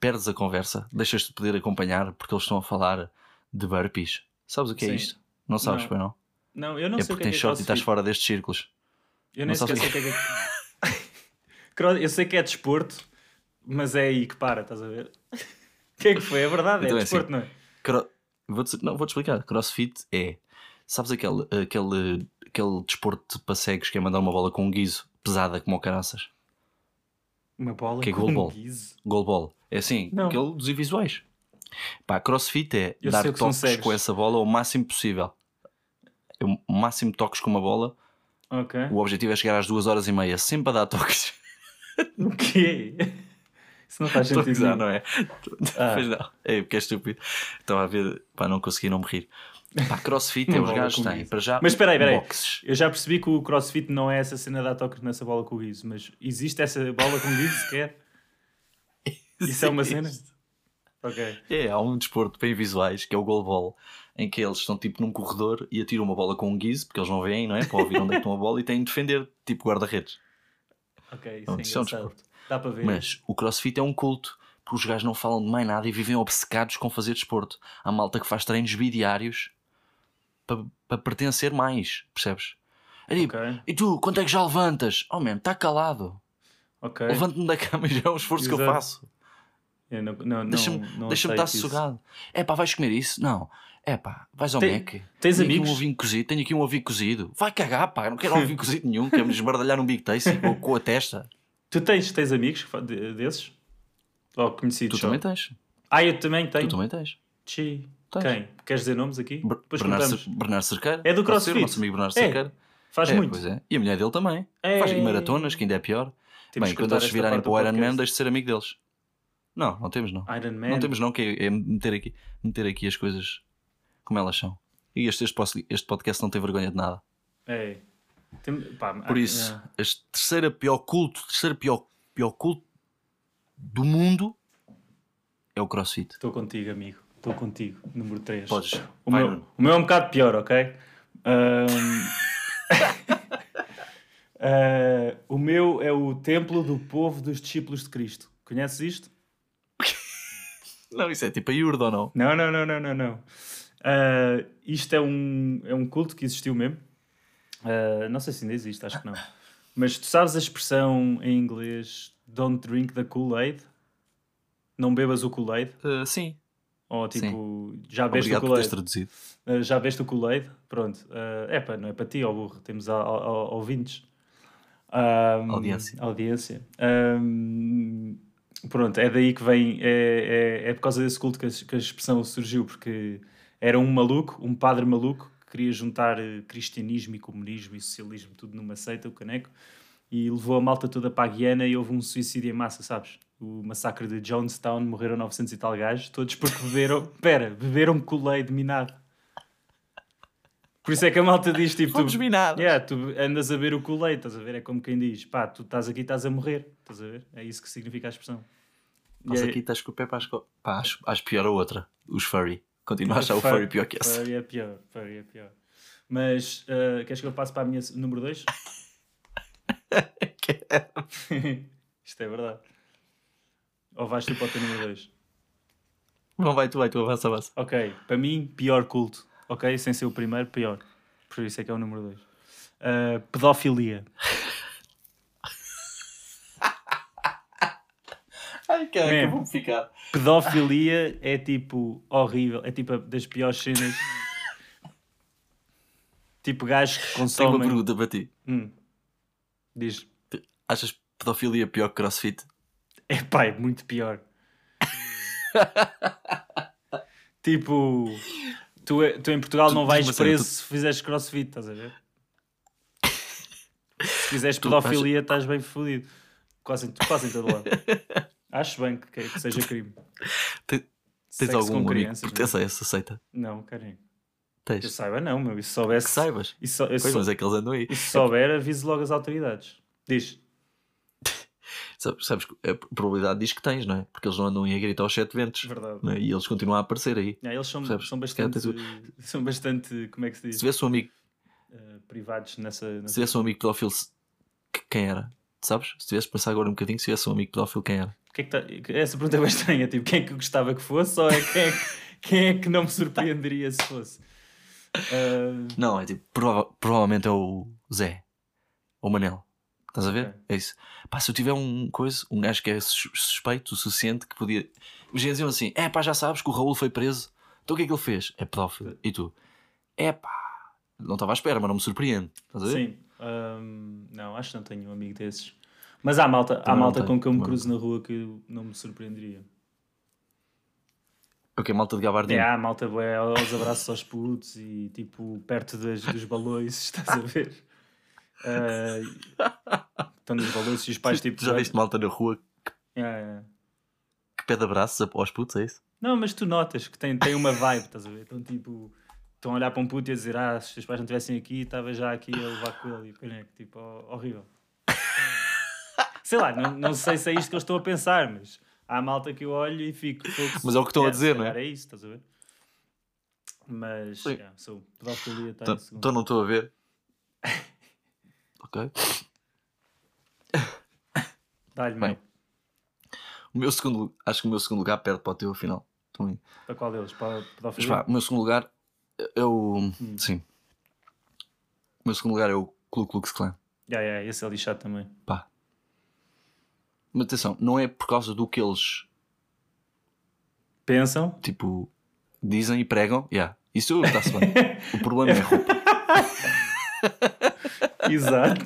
[SPEAKER 2] perdes a conversa, deixas-te de poder acompanhar porque eles estão a falar de burpees. Sabes o que é
[SPEAKER 3] Sim.
[SPEAKER 2] isto? Não sabes,
[SPEAKER 3] Não.
[SPEAKER 2] pois não?
[SPEAKER 3] Não, eu não
[SPEAKER 2] é
[SPEAKER 3] sei o
[SPEAKER 2] porque
[SPEAKER 3] que
[SPEAKER 2] tens
[SPEAKER 3] é que é
[SPEAKER 2] short e estás
[SPEAKER 3] crossfit.
[SPEAKER 2] fora destes círculos.
[SPEAKER 3] Eu nem
[SPEAKER 2] Não
[SPEAKER 3] sequer
[SPEAKER 2] sabes
[SPEAKER 3] sei o que é que é. Cro- Eu sei que é desporto, mas é aí que para, estás a ver? O que é que foi? É verdade,
[SPEAKER 2] Então
[SPEAKER 3] é
[SPEAKER 2] é
[SPEAKER 3] desporto, não é?
[SPEAKER 2] Cro... Vou -te... Não, vou-te explicar. Crossfit é. Sabes aquele, aquele, aquele desporto para cegos que é mandar uma bola com um guiso pesada como o caraças?
[SPEAKER 3] Uma bola
[SPEAKER 2] Que é
[SPEAKER 3] com
[SPEAKER 2] goal
[SPEAKER 3] um
[SPEAKER 2] ball.
[SPEAKER 3] guiso.
[SPEAKER 2] Goalball. É assim,
[SPEAKER 3] Não.
[SPEAKER 2] aquele dos invisuais. Pá, crossfit é
[SPEAKER 3] Eu
[SPEAKER 2] dar
[SPEAKER 3] sei o que são
[SPEAKER 2] toques
[SPEAKER 3] cegos.
[SPEAKER 2] com essa bola o máximo possível. É o máximo de toques com uma bola
[SPEAKER 3] Ok.
[SPEAKER 2] O objetivo é chegar às duas horas e meia, sempre a dar toques.
[SPEAKER 3] O quê? Isso não faz
[SPEAKER 2] Estou a
[SPEAKER 3] sentido.
[SPEAKER 2] gozar,
[SPEAKER 3] nenhum.
[SPEAKER 2] não é?
[SPEAKER 3] Ah.
[SPEAKER 2] Pois não. É, porque é estúpido. Estava a ver, pá, não consegui não me rir. Pá, crossfit é
[SPEAKER 3] Não
[SPEAKER 2] os
[SPEAKER 3] vale
[SPEAKER 2] gajos
[SPEAKER 3] com
[SPEAKER 2] têm,
[SPEAKER 3] isso.
[SPEAKER 2] para já.
[SPEAKER 3] Mas espera aí, espera aí.
[SPEAKER 2] boxes.
[SPEAKER 3] Eu já percebi que o crossfit não é essa cena da toques nessa bola com o guiso, mas existe essa bola com guiso sequer? Isso é uma cena? Ok.
[SPEAKER 2] É, há um desporto bem visuais que é o goalball, em que eles estão tipo num corredor e atiram uma bola com um guiso, porque eles não veem, não é? Para ouvir onde é que estão a bola e têm de defender, tipo guarda-redes.
[SPEAKER 3] Ok, isso
[SPEAKER 2] Não,
[SPEAKER 3] é
[SPEAKER 2] isso é um
[SPEAKER 3] engraçado. Dá para ver.
[SPEAKER 2] Mas o crossfit é um culto, porque os gajos não falam de mais nada e vivem obcecados com fazer desporto. Há malta que faz treinos bidiários para, para pertencer mais, percebes? É tipo,
[SPEAKER 3] Ok,
[SPEAKER 2] E tu, quanto é que já levantas? Oh man, está calado.
[SPEAKER 3] ok.
[SPEAKER 2] Levanto-me da cama e já é um esforço que eu
[SPEAKER 3] Exato.
[SPEAKER 2] faço.
[SPEAKER 3] Eu não, não, não,
[SPEAKER 2] Deixa-me
[SPEAKER 3] não
[SPEAKER 2] deixa estar
[SPEAKER 3] aceito isso.
[SPEAKER 2] sossegado. É pá, vais comer isso? Não. É pá, vais ao
[SPEAKER 3] Tem-
[SPEAKER 2] Mac.
[SPEAKER 3] tens
[SPEAKER 2] Tenho
[SPEAKER 3] amigos?
[SPEAKER 2] Aqui um ovinho cozido. Tenho aqui um ovinho cozido. Vai cagar, pá. Não quero ovinho cozido nenhum. Quero-me esbardalhar um Big Tasty com, com a testa.
[SPEAKER 3] Tu tens, tens amigos que fa- de- desses? Ou conhecidos?
[SPEAKER 2] Tu
[SPEAKER 3] só?
[SPEAKER 2] também tens.
[SPEAKER 3] Ah, eu também tenho.
[SPEAKER 2] Tu também tens.
[SPEAKER 3] Chi.
[SPEAKER 2] Tens.
[SPEAKER 3] Quem? Queres dizer nomes aqui?
[SPEAKER 2] Ber-
[SPEAKER 3] Depois
[SPEAKER 2] Bernardo,
[SPEAKER 3] contamos.
[SPEAKER 2] Cer- Bernardo Cerqueira.
[SPEAKER 3] É
[SPEAKER 2] Pode ser,
[SPEAKER 3] do CrossFit.
[SPEAKER 2] Nosso amigo Bernardo
[SPEAKER 3] É,
[SPEAKER 2] Cerqueira.
[SPEAKER 3] Faz
[SPEAKER 2] É,
[SPEAKER 3] muito.
[SPEAKER 2] pois é. E a mulher dele também.
[SPEAKER 3] É.
[SPEAKER 2] Faz, e maratonas, que ainda é pior.
[SPEAKER 3] Temos
[SPEAKER 2] Bem,
[SPEAKER 3] que
[SPEAKER 2] quando
[SPEAKER 3] cortar
[SPEAKER 2] eles
[SPEAKER 3] esta
[SPEAKER 2] virarem
[SPEAKER 3] parte
[SPEAKER 2] para
[SPEAKER 3] do
[SPEAKER 2] o Iron Man,
[SPEAKER 3] podcast.
[SPEAKER 2] deixe de ser amigo deles. Não, não temos não.
[SPEAKER 3] Iron Man.
[SPEAKER 2] Não temos não, que é, é meter, aqui, meter aqui as coisas como elas são. E este, este, pos- este podcast não tem vergonha de nada.
[SPEAKER 3] É. Tem- pá,
[SPEAKER 2] Por
[SPEAKER 3] ah,
[SPEAKER 2] isso,
[SPEAKER 3] ah.
[SPEAKER 2] a terceira pior culto, terceiro pior, pior culto do mundo é o CrossFit.
[SPEAKER 3] Estou contigo, amigo. Estou contigo. Número 3.
[SPEAKER 2] Podes.
[SPEAKER 3] O,
[SPEAKER 2] Vai,
[SPEAKER 3] meu,
[SPEAKER 2] Nuno.
[SPEAKER 3] o meu é um bocado pior, ok? Ahm, ah, o meu é o Templo do Povo dos Discípulos de Cristo. Conheces isto?
[SPEAKER 2] Não, isso é tipo a Yurda ou não?
[SPEAKER 3] Não, não, não, não, não, não. Ah, isto é um, é um culto que existiu mesmo. Ah, não sei se ainda existe, acho que não. Mas tu sabes a expressão em inglês Don't drink the Kool-Aid? Não bebas o Kool-Aid?
[SPEAKER 2] Ah, sim.
[SPEAKER 3] Ou tipo, já bebes o
[SPEAKER 2] Obrigado por teres
[SPEAKER 3] Kool-Aid?
[SPEAKER 2] traduzido.
[SPEAKER 3] Uh, já veste o Kool-Aid? Pronto. Uh, epá, não é para ti, ó burro. Temos a, a- a- ouvintes. Um,
[SPEAKER 2] Audiência.
[SPEAKER 3] Audiência. Um, pronto, é daí que vem... É, é, é por causa desse culto que a, que a expressão surgiu, porque era um maluco, um padre maluco, que queria juntar eh, cristianismo e comunismo e socialismo, tudo numa seita, o caneco, e levou a malta toda para a Guiana e houve um suicídio em massa, sabes? O massacre de Jonestown, morreram 900 e tal gajos, todos porque beberam... Pera, beberam Kool-Aid minado. Por isso é que a malta diz tipo.
[SPEAKER 2] Fomos
[SPEAKER 3] tu,
[SPEAKER 2] minados.
[SPEAKER 3] Yeah, tu andas a ver o colete, estás a ver? É como quem diz, pá, tu estás aqui, estás a morrer, estás a ver? É isso que significa a expressão. E
[SPEAKER 2] Nós
[SPEAKER 3] é-
[SPEAKER 2] aqui estás com o pé para as co- Pá, acho, acho pior a outra. Os furry. Continua a achar o furry pior que essa.
[SPEAKER 3] é Furry é pior, furry é pior. Mas ah, queres que eu passe para a minha s- número 2?
[SPEAKER 2] é.
[SPEAKER 3] Isto é verdade. Ou vais tu para o teu número 2?
[SPEAKER 2] Não vai, tu vai, tu avança, avança.
[SPEAKER 3] Ok, para mim, pior culto. Ok, sem ser o primeiro, pior. Por isso é que é o número 2. pedofilia.
[SPEAKER 2] Ai, é, cara,
[SPEAKER 3] que eu vou
[SPEAKER 2] ficar.
[SPEAKER 3] Pedofilia é tipo horrível, é tipo a- das piores cenas. tipo gajos que
[SPEAKER 2] Tenho uma
[SPEAKER 3] consomem.
[SPEAKER 2] pergunta para ti.
[SPEAKER 3] Hum. Diz,
[SPEAKER 2] Achas pedofilia pior que crossfit?
[SPEAKER 3] é pá, é muito pior. tipo, tu, é- tu em Portugal
[SPEAKER 2] Tu-
[SPEAKER 3] não
[SPEAKER 2] diz
[SPEAKER 3] vais
[SPEAKER 2] uma cena,
[SPEAKER 3] preso
[SPEAKER 2] tu-
[SPEAKER 3] se fizeres crossfit, estás a ver? se fizeres
[SPEAKER 2] Tu faz-
[SPEAKER 3] pedofilia, estás bem fodido. Quase, em- quase em todo lado. Acho bem que, que seja crime.
[SPEAKER 2] Te- Tens
[SPEAKER 3] Sexo
[SPEAKER 2] algum
[SPEAKER 3] com
[SPEAKER 2] amigo que
[SPEAKER 3] crianças,
[SPEAKER 2] pertence a essa seita?
[SPEAKER 3] Não, Não, carinho. Que eu
[SPEAKER 2] Tens.
[SPEAKER 3] saiba, não, meu. E se
[SPEAKER 2] Que
[SPEAKER 3] soubesse.
[SPEAKER 2] saibas.
[SPEAKER 3] E se, sou- eu
[SPEAKER 2] Pois,
[SPEAKER 3] sou-
[SPEAKER 2] mas é que eles andam aí.
[SPEAKER 3] e se souber, avise logo as autoridades. Diz.
[SPEAKER 2] Sabes, sabes que a probabilidade diz que tens, não é? Porque eles não andam aí a gritar aos sete ventos.
[SPEAKER 3] Verdade.
[SPEAKER 2] não é? E eles continuam a aparecer aí.
[SPEAKER 3] Não, eles são,
[SPEAKER 2] Percebes?
[SPEAKER 3] são
[SPEAKER 2] Se calhar
[SPEAKER 3] bastante. São bastante. Como é que se
[SPEAKER 2] Se
[SPEAKER 3] diz?
[SPEAKER 2] tivesse um amigo,
[SPEAKER 3] Eh, privados nessa.
[SPEAKER 2] se
[SPEAKER 3] nessa...
[SPEAKER 2] tivesse um amigo pedófilo, se- que- quem era? Sabes? Se tivesse de pensar agora um bocadinho, se tivesse um amigo pedófilo, quem era?
[SPEAKER 3] Que é que tá- Essa pergunta é bem estranha. Tipo, quem é que eu gostava que fosse ou é quem é que, quem é que não me surpreenderia se fosse? Eh,
[SPEAKER 2] Não, é tipo, prova- provavelmente é o Zé. Ou o Manel. Estás a ver?
[SPEAKER 3] Ok.
[SPEAKER 2] É isso. Pá, se eu tiver um coisa, um gajo que é sus- suspeito o suficiente que podia. Imagina diziam assim: é pá, já sabes que o Raul foi preso. Então o que é que ele fez? É pedófilo. E tu? É pá. Não estava à espera, mas é- não me surpreende. Estás a ver?
[SPEAKER 3] Sim. Ahm, não, acho que não tenho um amigo desses. Mas há malta, há
[SPEAKER 2] Também não
[SPEAKER 3] malta
[SPEAKER 2] tenho,
[SPEAKER 3] com que eu me
[SPEAKER 2] também não
[SPEAKER 3] cruzo na rua que eu não me surpreenderia.
[SPEAKER 2] Ok, malta de gabardinho.
[SPEAKER 3] É, há malta bué aos abraços aos putos e tipo perto das, dos balões, estás a ver? eh, estão nos valores e os pais tipo.
[SPEAKER 2] tu já viste malta na rua
[SPEAKER 3] É, é.
[SPEAKER 2] que pede abraços a- aos putos, é isso?
[SPEAKER 3] Não, mas tu notas que tem, tem uma vibe, estás a ver? Estão tipo. Estão a olhar para um puto e a dizer: Ah, se os teus pais não estivessem aqui, estava já aqui a levar com ele. E o é tipo, ó- horrível. sei lá, não, não sei se é isto que eu estou a pensar, mas há malta que eu olho e fico. fogo,
[SPEAKER 2] Mas é o que estão a
[SPEAKER 3] yeah, se
[SPEAKER 2] dizer, não é?
[SPEAKER 3] calhar É isso, estás a ver? Mas,
[SPEAKER 2] Sim.
[SPEAKER 3] yeah, sou pedofilia, está em segundo.
[SPEAKER 2] Então não estou a ver. ok.
[SPEAKER 3] Dá-lhe,
[SPEAKER 2] Bem.
[SPEAKER 3] meu.
[SPEAKER 2] O meu segundo, lu- acho que o meu segundo lugar perde para o teu afinal. Estão aí.
[SPEAKER 3] Para qual deles? Para
[SPEAKER 2] Mas
[SPEAKER 3] pedofilia?
[SPEAKER 2] pá, o meu segundo lugar é o.
[SPEAKER 3] Hum.
[SPEAKER 2] Sim. O meu segundo lugar é o Ku Klux Klan.
[SPEAKER 3] Yeah, yeah, esse é lixado também.
[SPEAKER 2] Pá. Mas atenção, não é por causa do que eles,
[SPEAKER 3] Pensam?
[SPEAKER 2] tipo, dizem e pregam. Yeah. Isso está-se bem. o problema é a roupa.
[SPEAKER 3] Exato.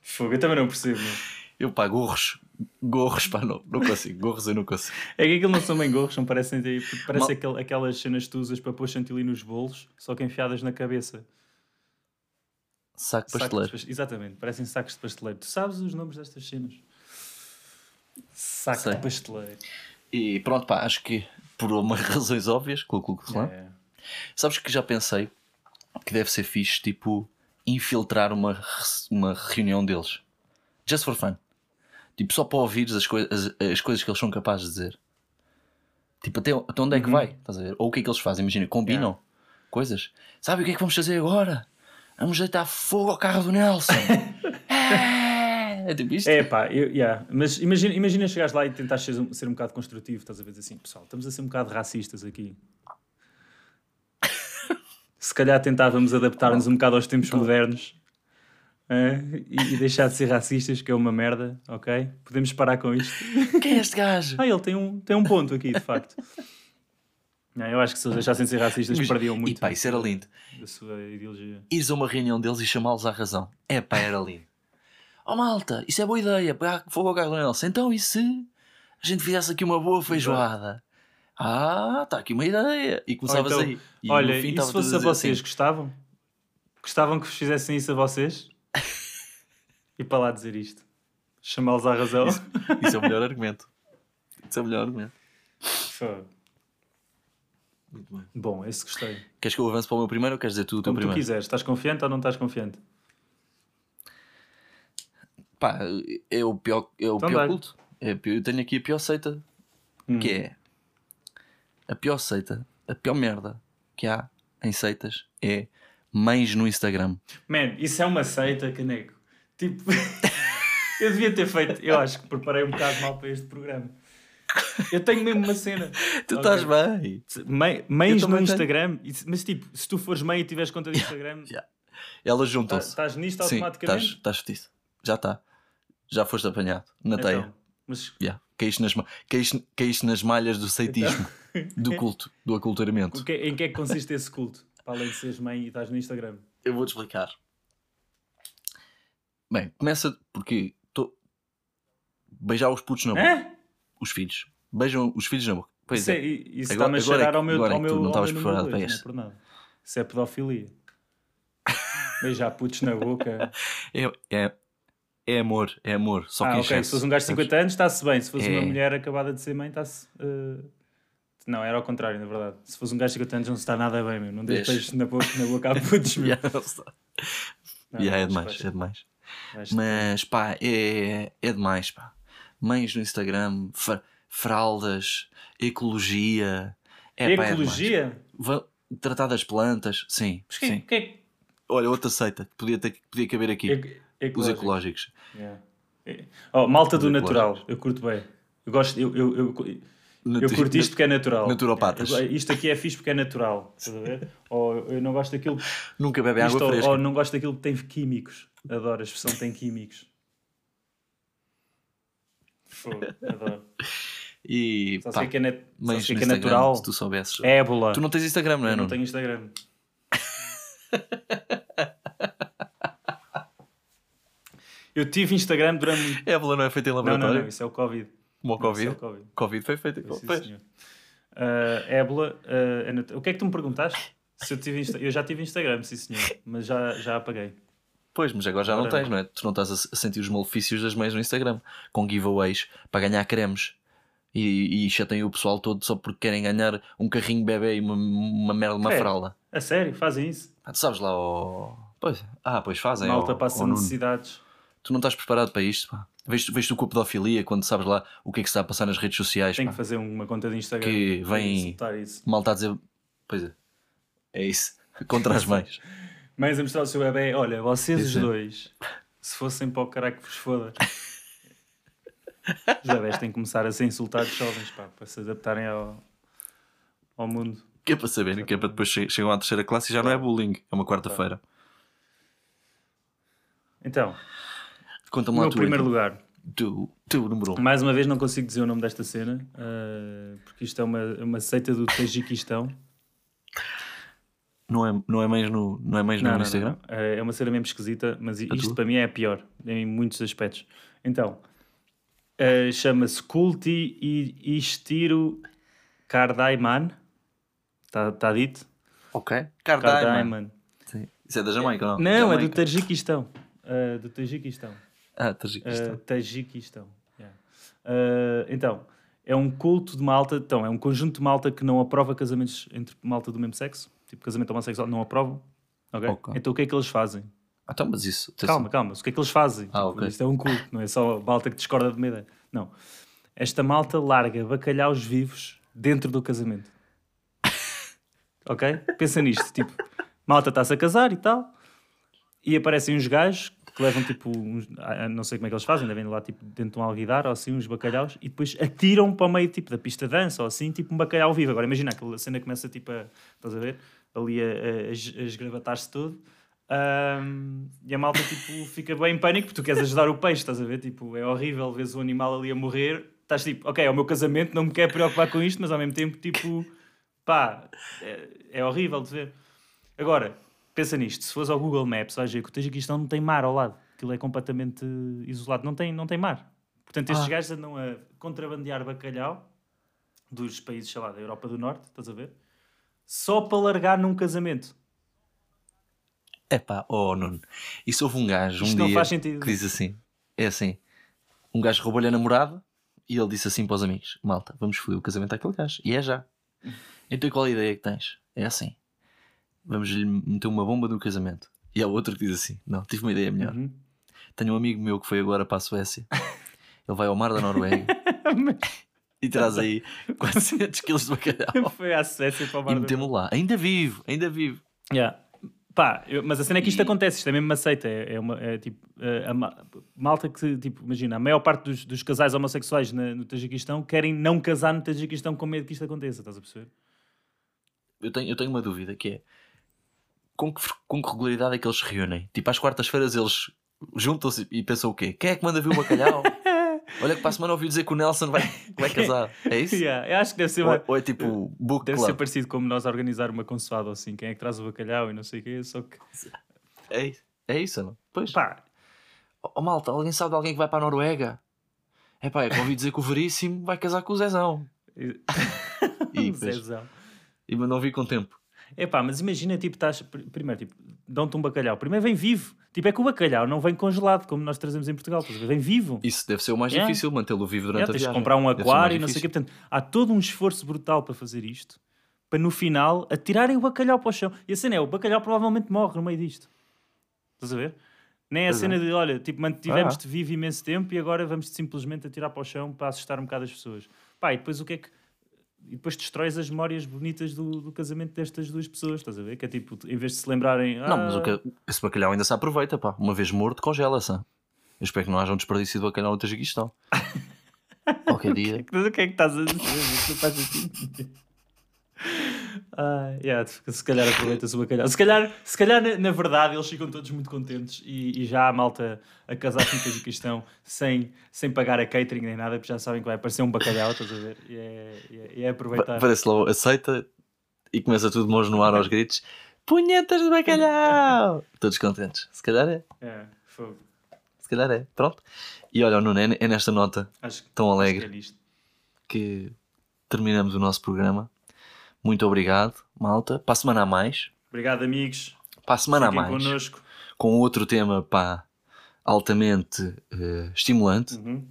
[SPEAKER 3] Fogo, eu também não percebo, meu.
[SPEAKER 2] Eu pá, gorros. Gorros, pá, não, não consigo. Gorros eu não consigo.
[SPEAKER 3] É que aquilo não são bem gorros, não parecem ter. Parece
[SPEAKER 2] Mal-
[SPEAKER 3] aquel- aquelas cenas que tu usas para pôr chantilly nos bolos, só que enfiadas na cabeça.
[SPEAKER 2] Saco
[SPEAKER 3] Sacos de
[SPEAKER 2] pasteleiro.
[SPEAKER 3] pas- Exatamente, parecem sacos de pasteleiro. Tu sabes os nomes destas cenas? Saco
[SPEAKER 2] Sei.
[SPEAKER 3] de pasteleiro.
[SPEAKER 2] E pronto, pá, acho que por umas razões óbvias, com o Ku Klux Klan.
[SPEAKER 3] É.
[SPEAKER 2] Sabes que já pensei que deve ser fixe, tipo, infiltrar uma, re- uma reunião deles. Just for fun. Tipo, só para ouvires as, coi as, as coisas que eles são capazes de dizer. Tipo, até, até onde é
[SPEAKER 3] Uhum.
[SPEAKER 2] que vai? Estás a ver? Ou o que é que eles fazem? Imagina, combinam coisas. Sabe o que é que vamos fazer agora? Vamos deitar fogo ao carro do Nelson. é tipo isto.
[SPEAKER 3] É pá, eu, yeah. mas imagina, imagina chegares lá e tentares ser, um- ser um bocado construtivo, estás a ver assim, pessoal, estamos a ser um bocado racistas aqui. Se calhar tentávamos adaptar-nos um bocado aos tempos modernos eh, e, e deixar de ser racistas, que é uma merda, ok? Podemos parar com isto.
[SPEAKER 2] Quem é este gajo?
[SPEAKER 3] Ah, ele tem um, tem um ponto aqui, de facto. Não, eu acho que se eles deixassem de ser racistas, perdiam muito
[SPEAKER 2] E pá, isso era lindo.
[SPEAKER 3] da sua ideologia.
[SPEAKER 2] ires a uma reunião deles e chamá-los à razão. É pá, era lindo. Oh malta, isso é boa ideia. Pegar fogo ao Carlos Nelson. Então e se a gente fizesse aqui uma boa feijoada? Ah, está aqui uma ideia. E começavas
[SPEAKER 3] então,
[SPEAKER 2] aí. E no
[SPEAKER 3] Olha,
[SPEAKER 2] fim
[SPEAKER 3] e
[SPEAKER 2] estava
[SPEAKER 3] se
[SPEAKER 2] tudo
[SPEAKER 3] fosse
[SPEAKER 2] dizer
[SPEAKER 3] a
[SPEAKER 2] assim.
[SPEAKER 3] vocês, gostavam? Gostavam que vos fizessem isso a vocês? e para lá dizer isto. Chamá-los à razão.
[SPEAKER 2] assim, Isso é o melhor argumento. Isso é o melhor argumento.
[SPEAKER 3] Fogo.
[SPEAKER 2] Muito bem.
[SPEAKER 3] Bom, esse gostei.
[SPEAKER 2] Queres que eu avance para o meu primeiro ou queres dizer tu o teu
[SPEAKER 3] Como tu
[SPEAKER 2] Então primeiro?
[SPEAKER 3] quiseres, estás confiante ou não estás confiante?
[SPEAKER 2] Pá, é o pior, é o
[SPEAKER 3] Então
[SPEAKER 2] pior
[SPEAKER 3] dá-lhe.
[SPEAKER 2] culto. É a pior- eu tenho aqui a pior seita que
[SPEAKER 3] Hum.
[SPEAKER 2] é a pior seita, a pior merda que há em seitas é mães no Instagram.
[SPEAKER 3] Man, isso é uma seita, caneco. Tipo, eu devia ter feito. Eu acho que preparei um bocado mal para este programa. Eu tenho mesmo uma cena.
[SPEAKER 2] Tu
[SPEAKER 3] Ok.
[SPEAKER 2] estás bem.
[SPEAKER 3] Mãe-
[SPEAKER 2] Eu
[SPEAKER 3] Mães no
[SPEAKER 2] também tenho.
[SPEAKER 3] Instagram, isso- mas tipo, se tu fores mãe e tiveres conta de Instagram,
[SPEAKER 2] Yeah. Elas
[SPEAKER 3] tá-
[SPEAKER 2] juntam-se.
[SPEAKER 3] estás nisto
[SPEAKER 2] Então, Sim,
[SPEAKER 3] automaticamente?
[SPEAKER 2] estás estás fedido. Já está. Já foste apanhado. Na
[SPEAKER 3] Então,
[SPEAKER 2] teia.
[SPEAKER 3] mas
[SPEAKER 2] Yeah. Caíste, nas, ma- caíste, caíste nas malhas do seitismo, do culto, do
[SPEAKER 3] Então. O
[SPEAKER 2] aculturamento.
[SPEAKER 3] que- em que é que consiste esse culto? Para além de seres mãe e estás no Instagram.
[SPEAKER 2] Eu vou-te explicar. Bem, começa porque estou. Beijar os putos na boca.
[SPEAKER 3] Hã?
[SPEAKER 2] Os filhos. Beijam os filhos na boca. Pois
[SPEAKER 3] Isso,
[SPEAKER 2] é.
[SPEAKER 3] é, isso
[SPEAKER 2] Agora- agora
[SPEAKER 3] está-me a
[SPEAKER 2] é
[SPEAKER 3] cheirar
[SPEAKER 2] que-
[SPEAKER 3] ao meu,
[SPEAKER 2] agora é
[SPEAKER 3] ao
[SPEAKER 2] que
[SPEAKER 3] meu,
[SPEAKER 2] tu não
[SPEAKER 3] ao
[SPEAKER 2] estavas
[SPEAKER 3] meu
[SPEAKER 2] preparado
[SPEAKER 3] número
[SPEAKER 2] para
[SPEAKER 3] dois, não é
[SPEAKER 2] este.
[SPEAKER 3] por nada. Isso é pedofilia. Beijar putos na boca.
[SPEAKER 2] É, é, é amor, é amor. Só que
[SPEAKER 3] ah,
[SPEAKER 2] em
[SPEAKER 3] ok.
[SPEAKER 2] excesso,
[SPEAKER 3] Se fosse um gajo de
[SPEAKER 2] sabes?
[SPEAKER 3] 50 anos, está-se bem. Se fosse uma
[SPEAKER 2] É.
[SPEAKER 3] mulher acabada de ser mãe, está-se. eh, Não, era ao contrário, na verdade. Se fosse um gajo de 50 anos, não se está nada bem, meu. Não deixes
[SPEAKER 2] Deixa.
[SPEAKER 3] beijos na boca, na boca a putos, meu.
[SPEAKER 2] Yeah, não sei.
[SPEAKER 3] Não,
[SPEAKER 2] Yeah, é
[SPEAKER 3] mas
[SPEAKER 2] demais,
[SPEAKER 3] pá,
[SPEAKER 2] é demais.
[SPEAKER 3] mas-
[SPEAKER 2] Mas pá, é, é demais, pá. Mães no Instagram, fra- fraldas, ecologia. É, pá, é demais.
[SPEAKER 3] Ecologia?
[SPEAKER 2] Va- tratar das plantas, sim.
[SPEAKER 3] Mas que-
[SPEAKER 2] sim.
[SPEAKER 3] que é-
[SPEAKER 2] Olha, outra seita que podia, ter, podia caber aqui.
[SPEAKER 3] ec-
[SPEAKER 2] Os
[SPEAKER 3] ecológico?
[SPEAKER 2] ecológicos.
[SPEAKER 3] Yeah. Oh, malta do
[SPEAKER 2] Os
[SPEAKER 3] natural, eu curto bem. Eu gosto, eu, eu, eu, eu
[SPEAKER 2] Natu-
[SPEAKER 3] curto isto porque é natural.
[SPEAKER 2] Naturopatas.
[SPEAKER 3] Eu- isto aqui é fixe porque é natural. Estás a ver? ou eu não gosto daquilo.
[SPEAKER 2] Nunca bebe água
[SPEAKER 3] isto, ou,
[SPEAKER 2] fresca.
[SPEAKER 3] ou não gosto daquilo que tem químicos. Adoro a expressão tem químicos. Fogo, adoro.
[SPEAKER 2] E
[SPEAKER 3] Sabes
[SPEAKER 2] pá,
[SPEAKER 3] o que é que é, nat- sabes
[SPEAKER 2] mães
[SPEAKER 3] o que é
[SPEAKER 2] no
[SPEAKER 3] que é
[SPEAKER 2] Instagram,
[SPEAKER 3] natural?
[SPEAKER 2] se tu soubesses.
[SPEAKER 3] Ébola.
[SPEAKER 2] Tu não tens Instagram, não é?
[SPEAKER 3] Eu não
[SPEAKER 2] Nuno?
[SPEAKER 3] tenho Instagram. Eu tive Instagram durante muito
[SPEAKER 2] Ébola não é feita em
[SPEAKER 3] Não, não,
[SPEAKER 2] laboratório?
[SPEAKER 3] não, isso é o Covid.
[SPEAKER 2] Como o Covid?
[SPEAKER 3] Isso é o Covid.
[SPEAKER 2] Covid foi feita.
[SPEAKER 3] Sim,
[SPEAKER 2] Pois.
[SPEAKER 3] senhor. Ah, ébola, ah, é nat- o que é que tu me perguntaste? Se eu, tive Insta- eu já tive Instagram, sim senhor, mas já, já apaguei.
[SPEAKER 2] Pois, mas agora já não
[SPEAKER 3] Agora
[SPEAKER 2] tens, não é? Tu não estás a se- a sentir os malefícios das mães no Instagram com giveaways para ganhar cremes e, e chatem o pessoal todo só porque querem ganhar um carrinho bebê e uma, uma merda, uma
[SPEAKER 3] É.
[SPEAKER 2] fralda.
[SPEAKER 3] A sério, fazem isso.
[SPEAKER 2] Ah, tu sabes lá, ó. Pois, ah, pois fazem.
[SPEAKER 3] Malta
[SPEAKER 2] ó-
[SPEAKER 3] passa
[SPEAKER 2] ó Nuno.
[SPEAKER 3] necessidades.
[SPEAKER 2] Tu não estás preparado para isto, pá. Vês, vês tu com a pedofilia quando sabes lá o que é que se está a passar nas redes sociais,
[SPEAKER 3] Tenho
[SPEAKER 2] pá.
[SPEAKER 3] que fazer uma conta de Instagram.
[SPEAKER 2] Que
[SPEAKER 3] para
[SPEAKER 2] vem-
[SPEAKER 3] insultar isso.
[SPEAKER 2] Malta a dizer. Pois é. É isso. Contra as mães.
[SPEAKER 3] Mas a mostrar o seu bebê, olha, vocês os
[SPEAKER 2] Isso é.
[SPEAKER 3] dois, se fossem para o caralho que vos foda. Os bebés têm que começar a ser insultados jovens, pá, para se adaptarem ao, ao mundo.
[SPEAKER 2] Que é para saberem, que é para depois che- chegam à terceira classe e já não é bullying. É uma quarta-feira.
[SPEAKER 3] Então,
[SPEAKER 2] Conta-me
[SPEAKER 3] no
[SPEAKER 2] lá
[SPEAKER 3] meu
[SPEAKER 2] tu.
[SPEAKER 3] primeiro
[SPEAKER 2] Edu.
[SPEAKER 3] lugar,
[SPEAKER 2] Tu, tu, número um.
[SPEAKER 3] mais uma vez não consigo dizer o nome desta cena, ah, porque isto é uma, uma seita do Tajiquistão.
[SPEAKER 2] Não é, não é mais no, não é mais no Instagram? Tá
[SPEAKER 3] não. É uma cena mesmo esquisita, mas i-
[SPEAKER 2] A
[SPEAKER 3] isto
[SPEAKER 2] tua?
[SPEAKER 3] para mim é a pior, em muitos aspectos. Então, eh, chama-se Kulti I- Istiro Kardaiman. Está tá dito?
[SPEAKER 2] Ok. Cardaiman.
[SPEAKER 3] Kardaiman.
[SPEAKER 2] Sim. Isso é da Jamaica, não?
[SPEAKER 3] Não, é do
[SPEAKER 2] Jamaica.
[SPEAKER 3] Tajiquistão. Eh, do Tajiquistão.
[SPEAKER 2] Ah, Tajiquistão.
[SPEAKER 3] Eh, Tajiquistão. yeah. Eh, então, é um culto de malta. Então, é um conjunto de malta que não aprova casamentos entre malta do mesmo sexo. Tipo, casamento homossexual não aprovam. ok?
[SPEAKER 2] Ok.
[SPEAKER 3] Então, o que é que eles fazem?
[SPEAKER 2] Ah, então, mas isso.
[SPEAKER 3] Calma, calma, o que é que eles fazem?
[SPEAKER 2] Ah, ok.
[SPEAKER 3] Isto é um culto, não é só a malta que discorda de uma ideia. Não. Esta malta larga bacalhaus vivos dentro do casamento. ok? Pensa nisto, tipo, malta está-se a casar e tal, e aparecem uns gajos que levam tipo, uns, ah, ah, não sei como é que eles fazem, devem ir lá tipo, dentro de um alguidar ou assim, uns bacalhaus, e depois atiram para o meio tipo, da pista de dança ou assim, tipo um bacalhau vivo. Agora imagina, aquela cena começa tipo a, estás a ver, ali a, a- a es- a esgravatar-se todo. Ahm, e a malta tipo, fica bem em pânico porque tu queres ajudar o peixe, estás a ver? Tipo, é horrível, vês o animal ali a morrer, estás tipo, ok, é o meu casamento, não me quero preocupar com isto, mas ao mesmo tempo, tipo, pá, é, é horrível de ver. Agora, pensa nisto, se fores ao Google Maps, vais ver que o Tajiquistão não tem mar ao lado, aquilo é completamente isolado, não tem, não tem mar. Portanto, estes
[SPEAKER 2] Ah.
[SPEAKER 3] gajos andam a contrabandear bacalhau dos países, sei lá, da Europa do Norte, estás a ver? Só para largar num casamento.
[SPEAKER 2] É pá, oh Nuno. Isso houve um gajo um
[SPEAKER 3] Isto
[SPEAKER 2] dia
[SPEAKER 3] não faz sentido.
[SPEAKER 2] que diz assim: é assim. Um gajo roubou-lhe a namorada e ele disse assim para os amigos: Malta, vamos foder o casamento àquele gajo. E é já. Então qual a ideia que tens? É assim: vamos lhe meter uma bomba no casamento. E há outro que diz assim: Não, tive uma ideia melhor.
[SPEAKER 3] Uhum.
[SPEAKER 2] Tenho um amigo meu que foi agora para a Suécia. Ele vai ao mar da Noruega e
[SPEAKER 3] Tá
[SPEAKER 2] traz aí 400 quilos de bacalhau.
[SPEAKER 3] Foi à Suécia para o
[SPEAKER 2] E
[SPEAKER 3] bar do...
[SPEAKER 2] metemos lá. Ainda vivo, ainda vivo.
[SPEAKER 3] Yeah. Pá, eu- mas a cena é que isto
[SPEAKER 2] E-
[SPEAKER 3] acontece, isto é mesmo uma seita. É, é uma, é, tipo, eh, a ma- malta que, tipo, imagina, a maior parte dos, dos casais homossexuais na- no Tajiquistão querem não casar no Tajiquistão com medo que isto aconteça, estás a perceber?
[SPEAKER 2] eu tenho, eu tenho uma dúvida que é com que, fre- com que regularidade é que eles se reúnem? Tipo, às quartas-feiras eles juntam-se e pensam o quê? Quem é que manda ver o bacalhau? Olha que para a semana ouvi dizer que o Nelson vai, vai casar. É isso?
[SPEAKER 3] Yeah, eu acho que deve ser,
[SPEAKER 2] Ou, ou é tipo book
[SPEAKER 3] deve ser
[SPEAKER 2] club?
[SPEAKER 3] parecido como nós organizar uma consoada ou assim, quem é que traz o bacalhau e não sei o quê, só que.
[SPEAKER 2] É, isso- é isso ou não? Pois.
[SPEAKER 3] Pá,
[SPEAKER 2] Oh, malta, alguém sabe de alguém que vai para a Noruega? É pá, é que ouvi dizer que o Veríssimo vai casar com o Zezão.
[SPEAKER 3] e-
[SPEAKER 2] E, pois,
[SPEAKER 3] um Zezão.
[SPEAKER 2] e mas não vi com tempo.
[SPEAKER 3] É pá, mas imagina, tipo, estás. pr- Primeiro, tipo, dão-te um bacalhau. Primeiro vem vivo. Tipo, é que o bacalhau não vem congelado, como nós trazemos em Portugal. estás a ver? Vem vivo.
[SPEAKER 2] Isso deve ser o mais
[SPEAKER 3] Yeah.
[SPEAKER 2] difícil, mantê-lo vivo
[SPEAKER 3] É,
[SPEAKER 2] durante a
[SPEAKER 3] tens de
[SPEAKER 2] viagem.
[SPEAKER 3] comprar um
[SPEAKER 2] Deve ser o mais
[SPEAKER 3] aquário, não sei o quê.
[SPEAKER 2] difícil.
[SPEAKER 3] Portanto, há todo um esforço brutal para fazer isto, para no final atirarem o bacalhau para o chão. E a cena é, o bacalhau provavelmente morre no meio disto. Estás a ver? Nem é a
[SPEAKER 2] Pois é. Ah.
[SPEAKER 3] cena de, olha, tipo, mantivemos-te vivo imenso tempo e agora vamos-te simplesmente atirar para o chão para assustar um bocado as pessoas. Pá, e depois o que é que... E depois destróis as memórias bonitas do, do casamento destas duas pessoas, estás a ver? Que é tipo, em vez de se lembrarem...
[SPEAKER 2] Não, mas o
[SPEAKER 3] "Ah,
[SPEAKER 2] ca- esse bacalhau ainda se aproveita, pá. Uma vez morto, congela-se. Eu espero que não haja um desperdício de bacalhau no Tajiquistão. Qualquer dia.
[SPEAKER 3] Mas o que é que estás a dizer? Isso não faz assim. sentido. Ah, yeah, se calhar aproveita-se o bacalhau. Se calhar, se calhar na, na verdade, eles ficam todos muito contentes e, e já há malta a casar com o questão sem, sem pagar a catering nem nada, porque já sabem que vai aparecer um bacalhau, estás a ver? E é, e é- e é aproveitar.
[SPEAKER 2] Pa- Parece logo, aceita e começa tudo mãos no ar aos gritos. Punhetas de bacalhau! Todos contentes. Se calhar é,
[SPEAKER 3] É, fogo.
[SPEAKER 2] se calhar é. Pronto. E olha, Nuno, é é nesta nota
[SPEAKER 3] Acho que
[SPEAKER 2] tão
[SPEAKER 3] acho que é
[SPEAKER 2] alegre
[SPEAKER 3] nisto.
[SPEAKER 2] que terminamos o nosso programa. Muito obrigado, malta. Para a semana a mais.
[SPEAKER 3] Obrigado, amigos.
[SPEAKER 2] Para a semana a
[SPEAKER 3] Fiquem
[SPEAKER 2] mais.
[SPEAKER 3] connosco.
[SPEAKER 2] com outro tema, pá, altamente eh, estimulante.
[SPEAKER 3] Uhum.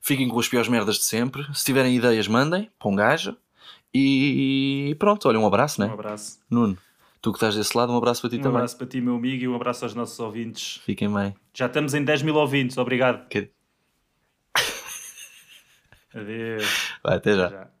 [SPEAKER 2] Fiquem com as piores merdas de sempre. Se tiverem ideias, mandem para um gajo. E pronto, olha, um abraço,
[SPEAKER 3] Um
[SPEAKER 2] né?
[SPEAKER 3] abraço.
[SPEAKER 2] Nuno, tu que estás desse lado, um abraço para ti
[SPEAKER 3] Um
[SPEAKER 2] também.
[SPEAKER 3] abraço para ti, meu amigo, e um abraço aos nossos ouvintes.
[SPEAKER 2] Fiquem bem.
[SPEAKER 3] Já estamos em 10 mil ouvintes, obrigado.
[SPEAKER 2] Que-
[SPEAKER 3] Adeus.
[SPEAKER 2] Vai, até já.
[SPEAKER 3] Já.